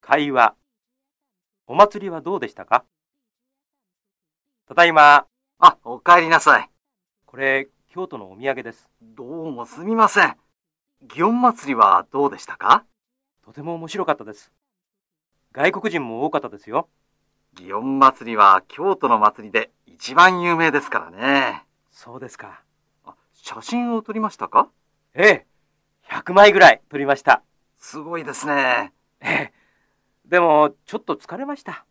会話。お祭りはどうでしたかただいま。あ、お帰りなさい。これ、京都のお土産です。どうもすみません。祇園祭りはどうでしたかとても面白かったです。外国人も多かったですよ。祇園祭りは京都の祭りで一番有名ですからね。そうですか。あ写真を撮りましたかええ。100枚ぐらい撮りました。すごいですね。ええ。でも、ちょっと疲れました。